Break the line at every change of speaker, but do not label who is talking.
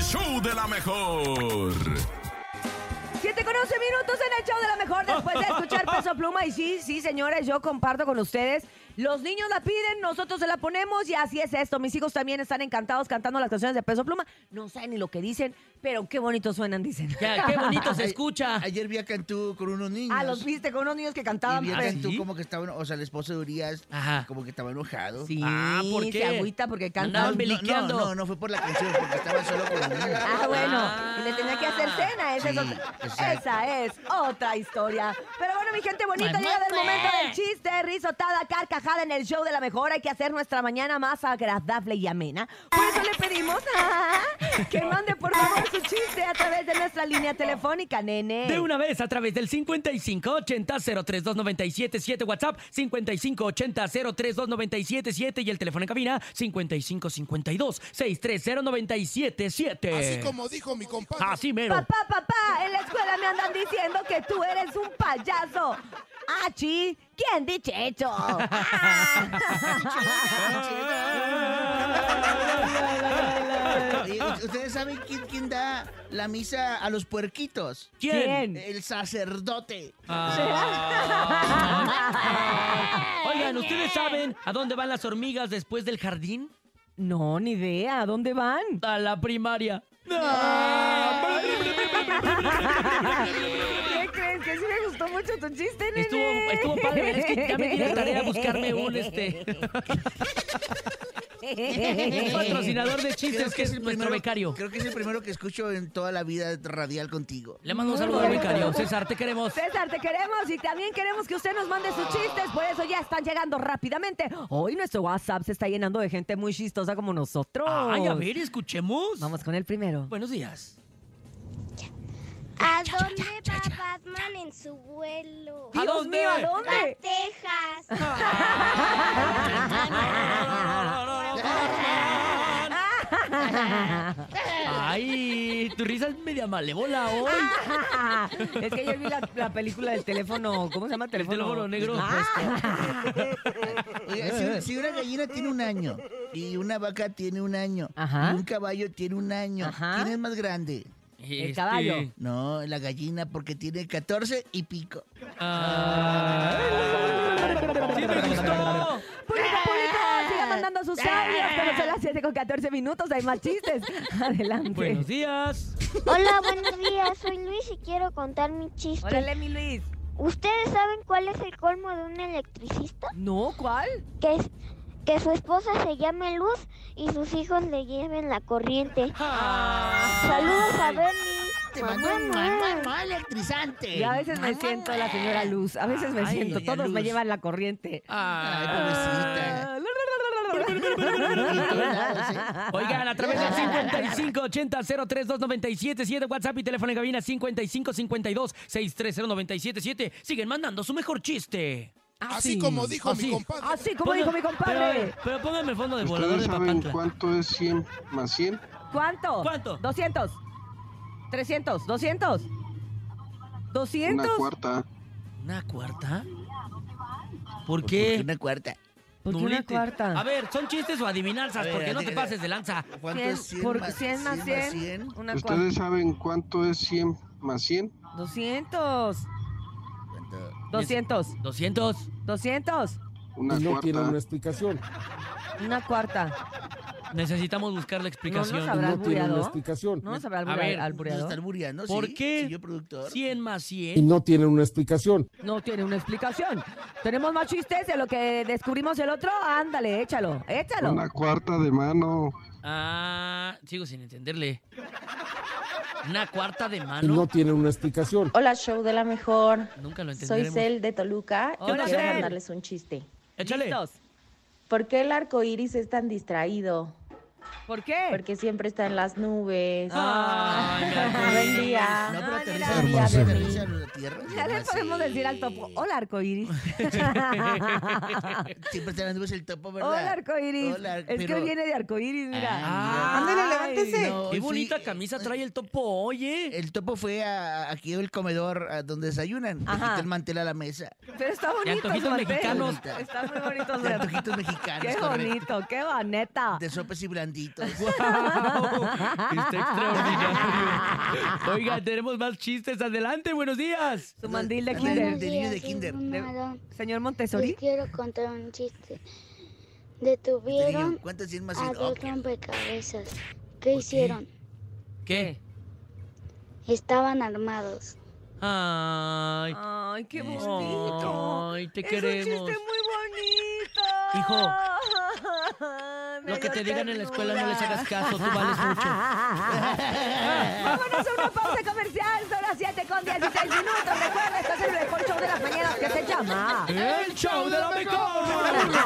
show de la mejor.
7 con 11 minutos en el show de la mejor después de escuchar Peso Pluma. Y sí, sí, señores, yo comparto con ustedes. Los niños la piden, nosotros se la ponemos y así es esto. Mis hijos también están encantados cantando las canciones de Peso Pluma. No saben ni lo que dicen, pero qué bonito suenan, dicen.
Ya, qué bonito se escucha.
Ayer vi a Cantú con unos niños.
Ah, los viste con unos niños que cantaban.
Y vi a
pues.
Cantú
¿Ah, ¿sí?
como que estaba, o sea, el esposo de Urias,
Ajá.
como que estaba enojado.
Sí,
Ah, ¿por
se
qué?
agüita porque
No,
cantan
no, no, no, no fue por la canción, porque estaba solo con los niños.
Ah, bueno,
Ah.
y le tenía que hacer cena. Esa, es
Sí,
otra,
exacto.
esa es otra historia. Pero bueno, mi gente bonita, llega el momento del chiste, risotada, carcajada en el show de la mejor. Hay que hacer nuestra mañana más agradable y amena. Por eso le pedimos ah, que mande por favor su chiste a través de nuestra línea telefónica, nene.
De una vez a través del 5580-032977, WhatsApp 5580-032977 y el teléfono en cabina 5552-630977.
Así como dijo mi compadre.
Así mero.
Papá, papá, en la escuela me andan diciendo que tú eres un payaso. Ah, sí, ¿quién Ah. dice eso?
Oye, ¿Ustedes saben quién, quién da la misa a los puerquitos?
¿Quién?
¿Quién?
El sacerdote.
Ah. Oigan, ¿ustedes saben a dónde van las hormigas después del jardín?
No, ni idea. ¿A dónde van?
A la primaria.
¿Qué crees? Que sí me gustó mucho tu chiste, nene.
Estuvo, estuvo padre. Es que ya me di la tarea a buscarme un este patrocinador de chistes que es nuestro becario.
Creo que es el primero que escucho en toda la vida radial contigo.
Le mando un saludo al becario. César, te queremos.
César, te queremos y también queremos que usted nos mande sus chistes, por eso ya están llegando rápidamente. Hoy nuestro WhatsApp se está llenando de gente muy chistosa como nosotros.
Ay, a ver, Pues, escuchemos.
Vamos con el primero.
Buenos días.
¿A dónde va Batman en su vuelo?
¿A
Dios
dónde?
mío, ¿a
A
dónde?
Texas.
Ay, tu risa es media malévola hoy.
es que yo vi la, la película del teléfono, Ah, ¿cómo se llama?
El teléfono negro. Pues,
Oiga, si, un- si una gallina tiene un año y una vaca tiene un año
Ajá.
y un caballo tiene un año,
Ajá.
¿quién es más grande?
El caballo.
Este,
No, la gallina porque tiene 14 y pico.
Ah. ¡Sí me gustó! pues,
Público, público,
¡Ah!
siga mandando sus audios, pero son las 7 con 14 minutos, hay más chistes. Adelante.
Buenos días.
Hola, buenos días. Soy Luis y quiero contar mi chiste.
Órale, mi Luis.
¿Ustedes saben cuál es el colmo de un electricista?
No, ¿cuál?
Que, es- que su esposa se llame Luz y sus hijos le lleven la corriente. Saludos a Bernie.
electrizante.
Yo a veces me siento la señora Luz, a veces me
Eh, Ay,
siento,
doña
todos me
Luz.
llevan la corriente.
Ay, pobrecita.
Ah, la, la, la, la, la, la, la, la, la, la, la,
En todos lados, ¿eh?
Oigan, a través
Ah.
del 5580-032977, WhatsApp y teléfono en cabina 5552-630977. Siguen mandando su mejor chiste.
Ah,
Así como dijo mi
Así.
compadre.
Así como Ah, dijo mi
Pues Pero, a
compadre.
ver, pero póngame el fondo de volador
¿Ustedes
de
saben
Papantla.
cuánto es 100 más 100?
¿Cuánto?
¿Cuánto?
200. 300. 200.
Una
200.
cuarta.
¿Una cuarta? ¿Por
¿Por qué
qué?
una cuarta?
¿Por qué Pues una
Nulite.
cuarta?
A ver, son chistes o adivinanzas,
A ver,
porque no te
adiv-
pases de lanza.
¿Cuánto
Cien
es 100
por
más
100 más 100.
100?
Una cuarta.
¿Ustedes saben cuánto es 100 más 100?
200.
¿Cuánto?
200.
200.
200.
Una
no Pues tiene una
cuarta.
explicación.
Una cuarta. Necesitamos
Necesitamos buscar la
explicación.
explicación.
No ¿Habrá
No tiene
albureado?
una explicación.
No sabrá
A ver,
albure-
¿Nos
albureado.
están muriendo?
¿Por
sí,
qué?
señor productor.
100 más
Y
100.
no tienen una explicación.
No tiene una explicación. Tenemos más chistes de lo que descubrimos el otro. Ándale, échalo. Échalo.
Una cuarta de mano.
Ah, sigo sin entenderle. Una cuarta de
Y
mano.
no tienen una explicación.
Hola, show de la mejor.
Nunca lo
Soy
entenderemos.
Cel de Toluca y
Hola,
quiero
Cel.
mandarles un chiste.
Échale.
Listos.
¿Por qué el arco iris es tan distraído?
¿Por qué?
Porque siempre está en las nubes.
Ay, mi arco
Buen
iris.
día.
No, pero
Ah,
aterriza,
mira.
aterriza,
Hermoso.
aterriza en la tierra.
Ya le
Así.
podemos decir al topo, hola arcoiris.
Siempre está en las nubes el topo, ¿verdad?
hola arcoiris.
Hola,
es que
pero-
hoy viene de arcoiris, mira.
Ah, mira.
Ay,
Ándale,
levántese.
no.
Hoy
Qué
fui-
bonita camisa trae el topo, oye.
El topo fue a, a- aquí al comedor a donde desayunan. Le
Ajá.
quitó el mantel a la mesa.
Pero está bonito
antojitos
su hotel.
mexicanos.
Está muy bonito su
De
hotel.
antojitos mexicanos.
Qué
correcto.
bonito, qué boneta.
De sopes y gorditos.
¡Guau! Está extraordinario. Oiga, tenemos más chistes. Adelante, buenos días.
Su mandil de
Ándale,
kinder.
de niño de kinder.
Mamado,
Señor
les
Montessori.
quiero contar un chiste.
Te digo,
Detuvieron
¿Cuántos 100 más
a
100?
dos rompecabezas. ¿Qué hicieron?
¿Qué?
Estaban armados.
Ay,
Ay, qué bonito.
ay, te
Es un
queremos.
chiste muy bonito.
Hijo,
Me
Lo que
dio
te digan en la escuela no les
ternura.
hagas caso, tú vales mucho.
Vámonos a una pausa comercial. Son las 7 con 16 minutos. Recuerda, estás en el mejor show de las mañanas que se llama.
El show de la mejor.